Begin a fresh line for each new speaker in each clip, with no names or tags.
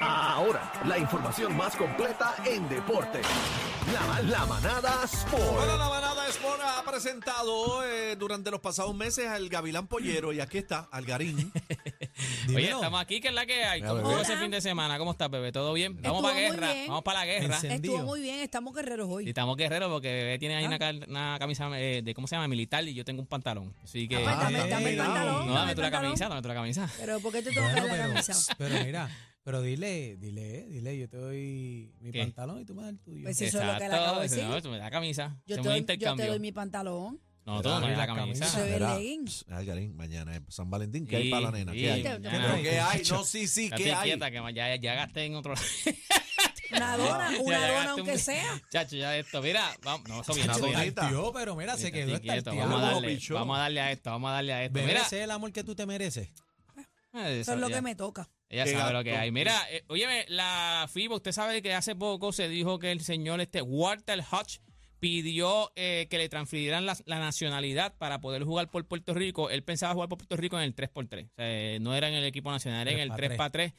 Ahora, la información más completa en deporte. La, la manada
Bueno,
Sport.
la manada Sport ha presentado eh, durante los pasados meses al Gavilán Pollero y aquí está, Algarín.
Oye,
Dímelo.
estamos aquí, que es la que hay.
Mira,
¿Cómo
bebé.
fue ese
Hola.
fin de semana? ¿Cómo estás, bebé? ¿Todo bien? Vamos
Estuvo
para
muy
guerra.
bien.
Vamos para la guerra.
Encendido.
Estuvo muy bien, estamos guerreros
Y
hoy.
estamos guerreros porque bebé tiene ahí
Ah.
una, cal- una camisa eh, de, ¿cómo se llama? Militar y yo tengo un pantalón. Así que.
Ah, pues, dame- dame el
Ah,
pantalón,
no,
dame
dame
el
tú la
pantalón.
camisa, dame tú la camisa.
Pero ¿por qué te tengo que
Bueno,
dar la
pero,
camisa?
pero mira, pero dile, dile, dile, yo te doy mi
¿Qué?
pantalón y tú me das el tuyo.
Pues Eso es lo que le acabo de decir.
No, tú me das la camisa.
Yo te,
Hacemos un
doy, yo te
intercambio.
doy mi pantalón.
No, tú no me das la
la
camisa.
camisa.
Eso es
Mira,
legging.
pss, Algarín, mañana es San Valentín, ¿qué hay
Ah, Sí,
para la nena?
sí,
¿Qué hay?
mañana.
Pero, ¿Qué hay? No, sí, sí,
Estate
¿qué hay?
quieta, que ya, ya gasté en otro.
Una dona,
Ya,
una
ya
dona
gasté
aunque
un-
sea.
Chacho, ya esto. Mira, vamos. No, eso bien,
Chacho,
eso bien.
ahí está.
Tío, pero mira, se quedó
Estate
hasta
quieto,
el
Vamos a
Vamos,
diablo.
darle,
pichón.
vamos a darle a esto, vamos a darle a esto.
Bebé,
Mira, eh,
ese es el amor que tú te mereces.
Eso es lo
ya.
que me toca.
Ella
Qué
sabe
gato.
lo que hay. Mira, eh, óyeme, la FIBA, usted sabe que hace poco se dijo que el señor este Walter Hodge pidió eh, que le transfirieran la, la nacionalidad para poder jugar por Puerto Rico. Él pensaba jugar por Puerto Rico en el 3x3. O sea, eh, no era en el equipo nacional, era en el
3x3.
3x3.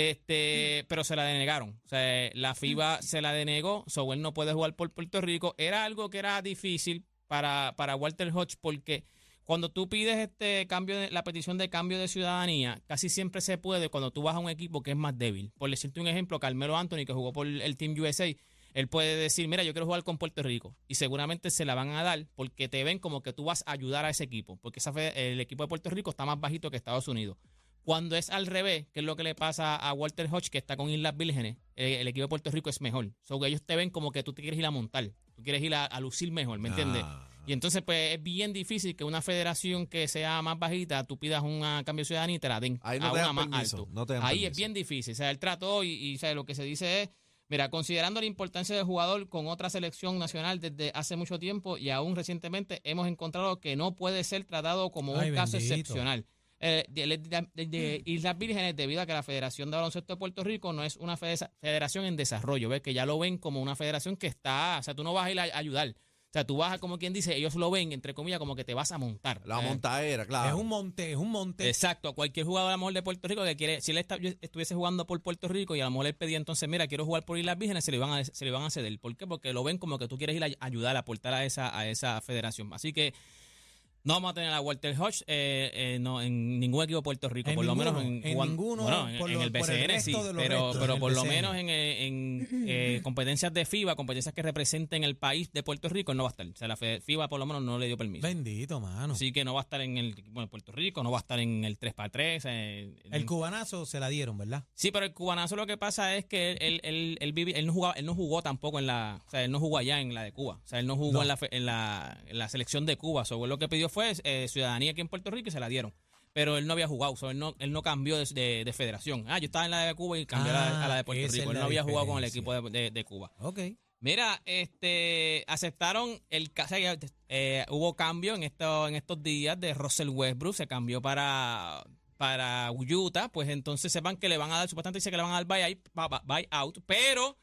Este, pero se la denegaron. O sea, la FIBA se la denegó. So él no puede jugar por Puerto Rico. Era algo que era difícil para, para Walter Hodge porque cuando tú pides este cambio de, la petición de cambio de ciudadanía, casi siempre se puede cuando tú vas a un equipo que es más débil. Por decirte un ejemplo, Carmelo Anthony, que jugó por el Team USA, él puede decir, mira, yo quiero jugar con Puerto Rico. Y seguramente se la van a dar porque te ven como que tú vas a ayudar a ese equipo. Porque esa fe- el equipo de Puerto Rico está más bajito que Estados Unidos. Cuando es al revés, que es lo que le pasa a Walter Hodge, que está con Islas Vírgenes, el, el equipo de Puerto Rico es mejor. So, que ellos te ven como que tú te quieres ir a montar, tú quieres ir a, a lucir mejor, ¿me entiendes?
Ah.
Y entonces, pues, es bien difícil que una federación que sea más bajita, tú pidas un ah, cambio de ciudadanía y te la den
Ahí no
a
te dan
una más
permiso,
alto.
no te dan
Ahí
permiso.
es bien difícil. O sea, el trato y, y, o sea, lo que se dice es, mira, considerando la importancia del jugador con otra selección nacional desde hace mucho tiempo y aún recientemente, hemos encontrado que no puede ser tratado como un
Ay,
caso
bendito.
excepcional. Eh, de, de- de- de Islas Vírgenes debido a que la Federación de Baloncesto de Puerto Rico no es una federa- federación en desarrollo, ves que ya lo ven como una federación que está, o sea, tú no vas a ir a ayudar, o sea, tú vas a, como quien dice, ellos lo ven, entre comillas, como que te vas a montar.
La
Eh,
montadera, claro.
Es un monte, es un monte.
Exacto, a cualquier jugador a lo mejor de Puerto Rico que quiere, si él esta- estuviese jugando por Puerto Rico y a lo mejor él pedía entonces, mira, quiero jugar por Islas Vírgenes, se le van a, se le van a ceder. ¿Por qué? Porque lo ven como que tú quieres ir a ayudar, a aportar a esa, a esa federación. Así que no vamos a tener a Walter Hodge eh, eh, no, en ningún equipo de Puerto Rico,
En
por
ninguno,
lo menos en,
en
jugan-
ninguno,
bueno, en,
por
en
lo-
el
por el
BCN sí,
resto de los
pero,
restos,
pero
en el
por lo
BCN.
menos en, eh, en, eh, competencias de FIBA, competencias que representen el país de Puerto Rico, no va a estar. O sea, la fe- FIBA por lo menos no le dio permiso.
Bendito, mano.
Así que no va a estar en el equipo de Puerto Rico, no va a estar en el 3x3. eh,
El cubanazo se la dieron, ¿verdad?
sí, pero el cubanazo lo que pasa es que él, él, él, él vive- él no, jugaba, él no jugó tampoco en la. O sea, él no jugó allá en la de Cuba. O sea, él no jugó
No.
En, la, fe- en, la, en la selección de Cuba. So, él lo que pidió fue eh, ciudadanía aquí en Puerto Rico y se la dieron. Pero él no había jugado, so, él, no, él no cambió de, de- de federación. Ah, yo estaba en la de Cuba y cambié a la- a la de
Ah,
Puerto
esa es
Rico. Él
la
no había jugado con el
diferencia.
equipo de- de- de Cuba.
Ok.
Mira, este, aceptaron el caso. eh, hubo cambio en, esto, en estos días de Russell Westbrook, se cambió para, para Utah. Pues entonces sepan que le van a dar, supuestamente dice que le van a dar buy- buy- buyout, pero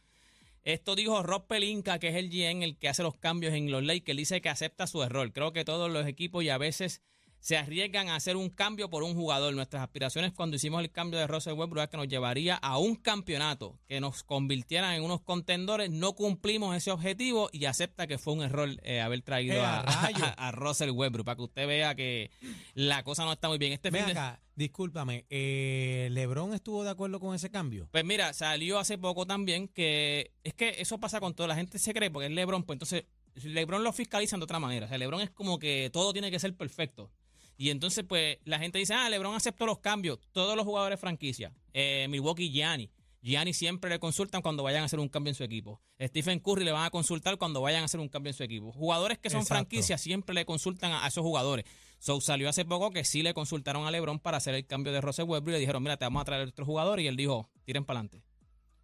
esto dijo Rob Pelinka, que es el GM, el que hace los cambios en los Lakers, él dice que acepta su error. Creo que todos los equipos y a veces se arriesgan a hacer un cambio por un jugador. Nuestras aspiraciones cuando hicimos el cambio de Russell Westbrook era que nos llevaría a un campeonato, que nos convirtieran en unos contendores. No cumplimos ese objetivo y acepta que fue un error eh, haber traído
¡Eh,
a,
a rayos!
a- a Russell Westbrook, para que usted vea que la cosa no está muy bien. Este
Ven
fin de-
acá, discúlpame, eh, ¿Lebron estuvo de acuerdo con ese cambio?
Pues mira, salió hace poco también que es que eso pasa con toda la gente se cree porque es LeBron, pues entonces LeBron lo fiscalizan de otra manera. O sea, LeBron es como que todo tiene que ser perfecto. Y entonces pues la gente dice, "Ah, LeBron aceptó los cambios, todos los jugadores franquicia, eh, Milwaukee Gianni Gianni siempre le consultan cuando vayan a hacer un cambio en su equipo. Stephen Curry le van a consultar cuando vayan a hacer un cambio en su equipo. Jugadores que son
Exacto.
franquicias siempre le consultan a, a esos jugadores. So salió hace poco que sí le consultaron a LeBron para hacer el cambio de Russell Westbrook y le dijeron, mira, te vamos a traer otro jugador. Y él dijo, tiren para adelante.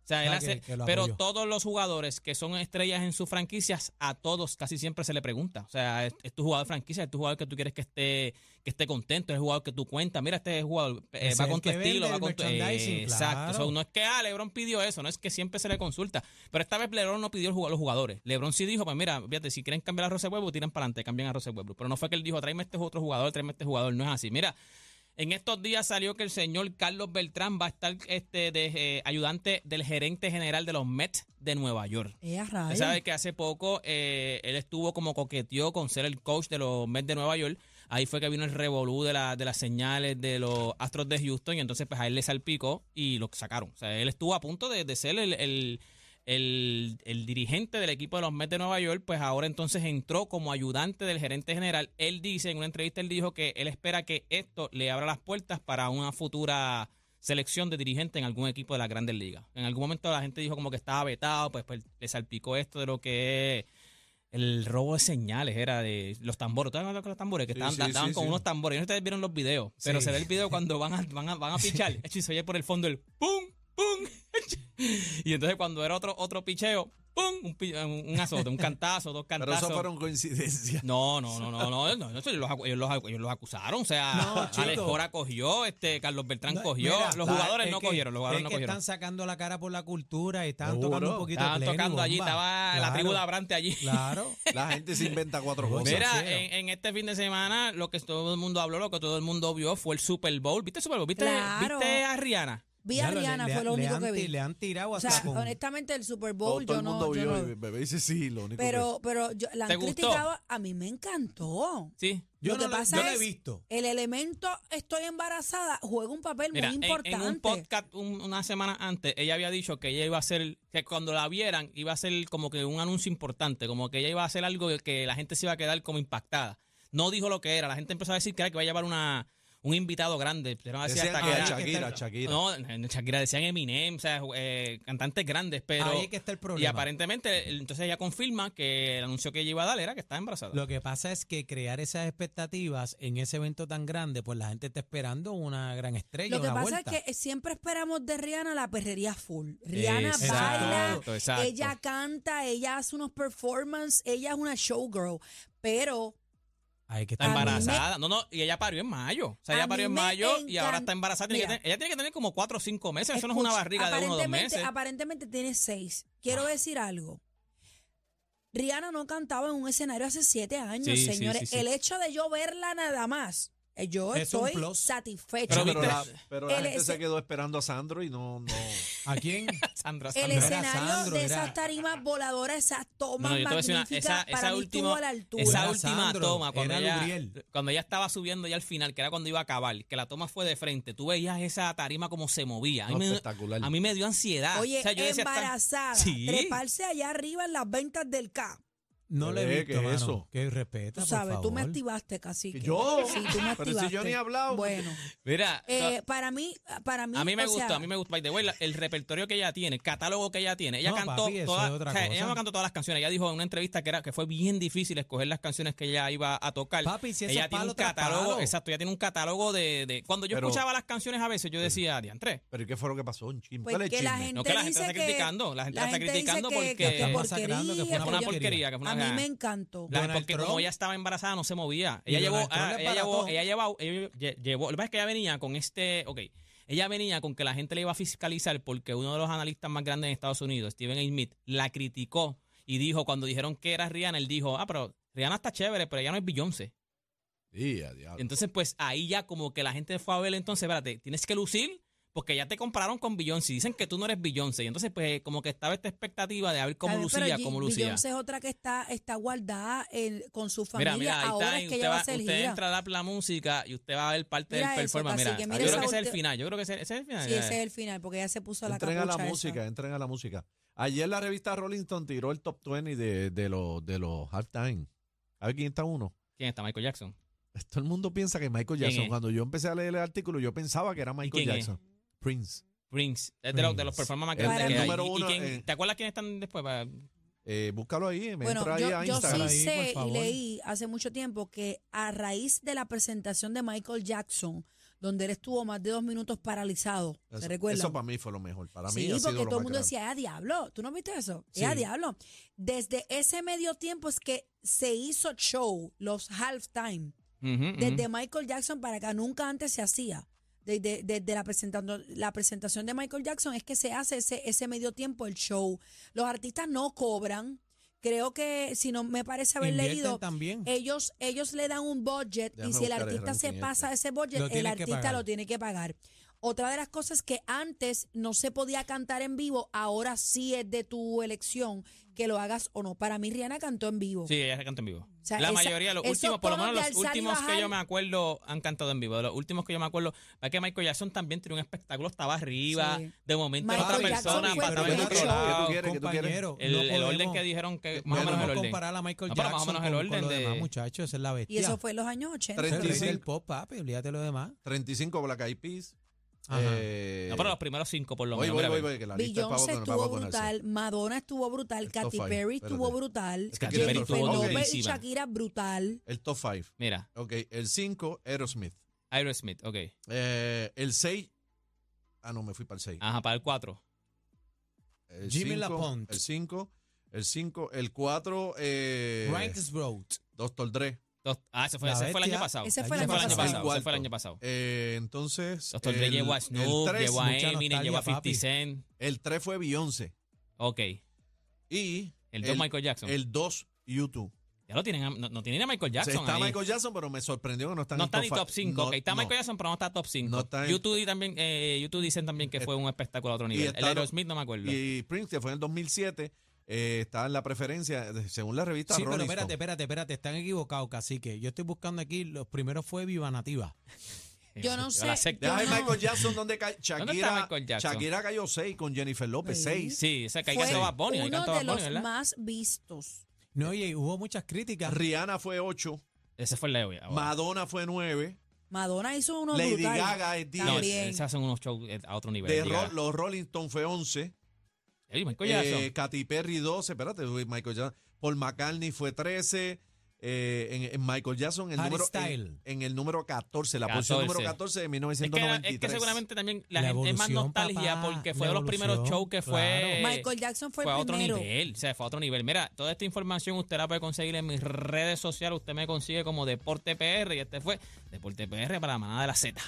O sea, él
Ah,
hace,
que- que lo
pero
apoyó.
todos los jugadores que son estrellas en sus franquicias, a todos casi siempre se le pregunta. O sea, es, es tu jugador de franquicia, es tu jugador que tú quieres que esté, que esté contento, es el jugador que tú cuentas. Mira, este jugador eh,
Ese
va
es
con
el
tu
que vende
estilo, va
el
con tu.
merchandising,
eh, Exacto.
claro.
So, no es que ah, Lebron pidió eso, no es que siempre se le consulta. Pero esta vez Lebron no pidió el jugador, los jugadores. Lebron sí dijo, pues mira, fíjate, si quieren cambiar a Rose Westbrook, tiran para adelante, cambian a Rose Westbrook. Pero no fue que él dijo, tráeme este otro jugador, tráeme este jugador. No es así. Mira, En estos días salió que el señor Carlos Beltrán va a estar este, de, eh, ayudante del gerente general de los Mets de Nueva York.
Ella
Usted
raya.
sabe que hace poco eh, él estuvo como coqueteó con ser el coach de los Mets de Nueva York. Ahí fue que vino el revolú de, la- de las señales de los Astros de Houston y entonces pues a él le salpicó y lo sacaron. O sea, él estuvo a punto de, de ser el, el- el- el dirigente del equipo de los Mets de Nueva York, pues ahora entonces entró como ayudante del gerente general. Él dice, en una entrevista él dijo que él espera que esto le abra las puertas para una futura selección de dirigente en algún equipo de las grandes ligas. En algún momento la gente dijo como que estaba vetado, pues, pues, le salpicó esto de lo que es el robo de señales, era de los tambores. ¿Ustedes acuerdan de los tambores? Que
Sí,
estaban,
sí, sí,
andaban con
sí.
unos tambores. Yo no sé si ustedes vieron los videos, pero
Sí.
se ve el video cuando van a, van a, van a pichar. Hecho, y se oye por el fondo el pum, pum. y entonces cuando era otro, otro picheo, pum, un, pi- un, un azote, un cantazo, dos
Pero
cantazos.
eso fueron coincidencias.
No, no, no, no, no, no, no, eso ellos, los, acu- ellos los acu- ellos los acusaron, o sea,
No,
Alex
chico.
Cora cogió, este, Carlos Beltrán
No,
cogió,
mira,
los
está-
jugadores
es
no
que-
cogieron, los jugadores
es
no
que
cogieron.
Están sacando la cara por la cultura y están
Seguro.
tocando un poquito
Estaban
plena y
tocando allí,
bomba.
estaba la
Claro,
tribu de Abrante allí.
Claro.
La gente se inventa cuatro cosas.
Mira,
salseo.
en, en este fin de semana lo que todo el mundo habló, lo que todo el mundo vio fue el Super Bowl. ¿Viste el Super Bowl? ¿Viste,
Claro.
¿viste a Rihanna?
Vi a
Ya, le-
Rihanna,
le-
fue lo
le
único
han
que
ti-
vi.
Le han tirado
O
hasta
sea,
con-
honestamente el Super
Todo,
Bowl
todo
yo
el mundo
no, yo
vio
no-
y el bebé dice sí, lo único
pero pero yo- la
¿Te
han
gustó?
criticado, a mí me encantó.
Sí.
Yo
lo que
no la-
pasa
yo la he
es
visto.
el elemento estoy embarazada juega un papel
Mira,
muy
en,
importante.
en un podcast un- una semana antes, ella había dicho que ella iba a hacer, que cuando la vieran iba a ser como que un anuncio importante, como que ella iba a hacer algo que la gente se iba a quedar como impactada. No dijo lo que era, la gente empezó a decir que era que iba a llevar una, un invitado grande. Pero no
que fue.
decía
Decían,
hasta
"Ah,
que era-
Shakira, Shakira.
No, Shakira decían Eminem, o sea, eh, cantantes grandes, pero...
Ahí es que está el
Y
problema.
aparentemente, el- entonces ella confirma que el anuncio que ella iba a dar era que estaba embarazada.
Lo que pasa es que crear esas expectativas en ese evento tan grande, pues la gente está esperando una gran estrella,
Lo que
una
pasa
vuelta.
es que eh, siempre esperamos de Rihanna la perrería full. Rihanna
Exacto,
baila,
exacto.
ella canta, ella hace unos performances, ella es una showgirl, pero
Ahí que
está
está
a mí me-
embarazada. No, no, y ella parió en mayo. O sea,
A
ella
mí
parió en
me
mayo y ahora
encan-
está embarazada. Tiene que
Mira.
tener- ella tiene que tener como cuatro o cinco meses. Eso no es una
Escucha,
barriga de uno o dos
aparentemente-
meses. Ah.
Aparentemente tiene seis. Quiero decir algo. Rihanna no cantaba en un escenario hace siete años,
Sí, sí,
señores.
sí, sí.
El hecho de yo verla nada más, eh, yo
Es un
estoy
plus.
satisfecho.
Pero, pero
Pero viste-
la, pero la
el
gente se
ese-
quedó esperando a Sandro y no, no.
¿A quién?
Sandra,
el
Sandra.
es-
escenario
Sandro,
de
era-
esas tarimas voladoras, esas
No,
tomas
no, yo te voy a decir una-
magníficas,
esa,
para
esa
mí estuvo a la
última,
altura.
esa
Era
última
Sandro,
toma, cuando
era
ella,
Lubriel.
cuando ella estaba subiendo ya al final, que era cuando iba a acabar, que la toma fue de frente, tú veías esa tarima como se movía. A mí,
No,
me,
espectacular.
a mí me dio ansiedad.
Oye,
Ah, O sea, yo decía, está-
embarazada,
Sí.
treparse allá arriba en las ventas del K.
No le
Bebé,
he visto,
¿qué es
mano.
eso?
Que respeta,
Ah,
Tú
por
sabes, tú me
favor.
activaste, casi.
¿Yo?
Sí, tú me activaste.
Pero si yo ni he hablado.
Bueno,
Mira,
eh, para mí, para mí.
A mí me
o sea,
gusta, a mí me gusta. By the way, la- el repertorio que ella tiene, el catálogo que ella tiene. Ella
No,
cantó
papi, eso
todas,
es otra
o sea, ella
cosa.
no cantó todas las canciones. Ella dijo en una entrevista que era que fue bien difícil escoger las canciones que ella iba a tocar.
Papi, si eso
ella
es
tiene
palo
un
tras
catálogo,
palo.
exacto, ella tiene un catálogo de, de- cuando yo
Pero-
escuchaba las canciones a veces yo decía, "Diantre".
¿Pero qué fue lo que pasó? Un chisme.
Pues
¿Cuál es
que
el
la
chisme?
gente
No, que la gente
dice
está
que-
criticando, la gente la está
dice
criticando
que-
porque-
que
La
qué
están masacrando, que fue
porquería,
una
Fue una
que yo-
porquería, que fue una
A mí
gaja.
me encantó.
La-
La-
Donald
porque
Trump.
como ella estaba embarazada no se movía.
Y
Ella llevó,
Donald Trump
ah,
le
ella llevó,
embarazó.
ella llevó, ella lle- llevó- lo que pasa es que ella venía con este, ok, ella venía con que la gente le iba a fiscalizar porque uno de los analistas más grandes en Estados Unidos, Steven A. Smith, la criticó y dijo, cuando dijeron que era Rihanna, él dijo, ah, pero Rihanna está chévere, pero ella no es Beyoncé.
Sí, a diablo.
Entonces, pues ahí ya como que la gente fue a ver, entonces, espérate, tienes que lucir porque ya te compararon con Beyoncé, dicen que tú no eres Beyoncé. Y entonces, pues como que estaba esta expectativa de a ver cómo
Está bien, pero
lucía,
G-
cómo lucía.
Beyoncé es otra que está, está guardada en- con su familia.
Mira, mira, ahí
ahora
está. y
es que
usted
ella va a
va-
hacer
usted
gira.
entra a la, la música y usted va a ver parte
Mira
del
eso,
performance.
cacique,
mira,
mira
yo creo
esa
que ese es el
ulti-
final. Yo creo que ese, ese es el final.
Sí,
ya,
ese es
ya.
el final, porque ella se puso la
Entren a
capucha
la
esa.
música, entren a la música. Ayer la revista Rolling Stone tiró el top 20 de, de los de los halftime. A ver quién está uno.
¿Quién está? Michael Jackson.
Todo el mundo piensa que Michael
¿Quién
Jackson.
es?
Cuando yo empecé a leer el artículo, yo pensaba que era Michael
quién es?
Jackson. Prince.
Prince. Es de los, de los
Prince.
performances más
El-
grandes
el
que hay.
número
¿Y- y
uno,
quién-
eh.
¿Te acuerdas quiénes están después? Pa-
Eh, búscalo ahí, me
Bueno,
entra ahí
yo,
a
yo sí
Instagram.
Ahí, por
sé y
favor.
leí hace mucho tiempo que a raíz de la presentación de Michael Jackson, donde él estuvo más de dos minutos paralizado, ¿se
Eso,
recuerdan?
eso para mí fue lo mejor. Para mí
sí,
ha sido
porque
lo
todo
más
el mundo
grande.
decía, ¡ah, diablo! ¿Tú no viste eso?
Sí.
¡Ah, diablo! Desde ese medio tiempo es que se hizo show, los halftime,
Ujú, ujú.
desde Michael Jackson para acá, nunca antes se hacía. Desde, desde la, presentando, la presentación de Michael Jackson es que se hace ese, ese medio tiempo el show. Los artistas no cobran. Creo que, si no me parece haber
Invierten
leído, eh,
también.
ellos, ellos le dan un budget y
Déjame
si el
buscar el
artista
ranking
se
este.
pasa ese budget,
Lo
el
tiene que
artista
pagar.
lo tiene que pagar. Otra de las cosas es que antes no se podía cantar en vivo, ahora sí es de tu elección que lo hagas o no. Para mí Rihanna cantó en vivo.
Sí, ellas cantan en vivo.
sea,
la
esa-
mayoría, los
esos
últimos, por lo
tonos
menos
de
los
alzar y
últimos que
bajar.
yo me acuerdo han cantado en vivo. De los últimos que yo me acuerdo, es que Michael Jackson también tenía un espectáculo, estaba arriba,
Sí.
de momento era otra
Michael Jackson
persona,
fue
para
el
en otro
primer show.
lado.
quieres? ¿Qué tú quieres?
Compañero,
El,
no
el orden
podemos-
que dijeron que
no
más o menos el
podemos
orden.
comparar a Michael
No, pero
Jackson
más o menos el
con- con
orden
los
de-
demás muchachos, esa es la
Y
bestia.
eso fue en los años 80.
Ese es el rey
35.
del pop, papi, olvídate de lo demás.
35 Black Eyed Peas.
Ajá.
Eh,
No, pero los primeros cinco, por lo
voy,
menos.
voy,
mira,
voy,
ve.
voy, que la lista es pa'
Beyoncé
poner- pa'
estuvo
ponerse.
brutal, Madonna estuvo brutal,
El
Katy
top five,
Perry estuvo
espérate.
brutal,
Es
que Katy
Jennifer
Perry estuvo
López y
buenísima.
Shakira brutal.
El top 5.
Mira,
Ok, el 5, Aerosmith.
Aerosmith, ok.
Eh, el 6. Ah, no, me fui para el 6.
Ajá, para el cuatro.
el
Jimmy
cinco,
Lapont.
El 5. El 5. El 4. Eh,
Ranks Road.
Doctor Dre.
Dos- ah, ese fue,
La
ese fue el año
bestia.
pasado.
Ese
fue el año
año
pasado.
pasado. Ese fue el
Cuarto.
año pasado.
Eh, entonces.
Doctor Dre
el-
llevó a
el
Snoop,
tres-
llevó a
mucha
Eminem, llevó a
nostalgia,
50
papi.
Cent.
El 3 fue Beyoncé.
Ok.
Y.
El dos Michael Jackson.
El 2, YouTube.
Ya lo tienen, a- no, no tienen a Michael Jackson.
está
ahí.
Michael Jackson, pero me sorprendió que no está
no está ni top 5.
5.
está Michael Jackson, pero no está top 5.
No está en-
YouTube, di también, eh, YouTube dicen también que fue un espectáculo a otro nivel.
está
El
lo-
Aerosmith no me acuerdo.
Y Prince, que fue en el 2007, eh, estaba en la preferencia, de- según la revista
Sí, pero
Rolling
espérate,
Stone.
espérate, espérate, están equivocados, cacique. Yo estoy buscando aquí, los primeros fue Viva Nativa.
Yo no sé,
Eh, la secta.
yo
Deja
no-
ver Michael Jackson, donde cae
¿Dónde está
Shakira,
Michael Jackson?
Shakira cayó 6 con Jennifer López,
Sí.
6.
Sí, ese que ahí
Fue
cantó Bad Bunny, ahí
uno
cantó
de
Bad
los
Bunny, ¿verdad?
más vistos.
No, oye, y hubo muchas críticas.
Rihanna fue 8,
Ese fue el de hoy. ahora.
Madonna fue 9,
Madonna hizo uno
Lady
brutal.
Gaga es 10,
No,
También.
ese- ese hacen unos shows eh, a otro nivel.
de
diga.
Ro- los Rolling Stone fue 11,
Ey, Michael Jackson.
eh, Katy Perry 12, espérate, uy, Michael Jackson, Paul McCartney fue 13, eh, en, en Michael Jackson el
Harry
número, en,
Style.
en el número 14, la posición
14.
número 14 de
es, que, era- es
1993.
que seguramente también la,
La
gente es más
evolución,
nostalgia
papá,
porque fue
la
de los primeros
evolución,
shows que fue.
Michael Jackson fue,
fue a
el
otro
primero.
nivel, o sea, fue a otro nivel. Mira, toda esta información usted la puede conseguir en mis redes sociales. Usted me consigue como Deporte PR y este fue Deporte PR para la manada de la Z.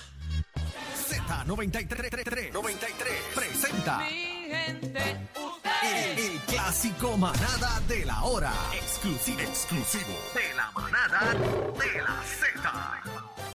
Z93 93 presenta
Mi gente,
el,
ustedes.
el clásico manada de la hora. Exclusivo. Exclusivo. De la manada de la Z.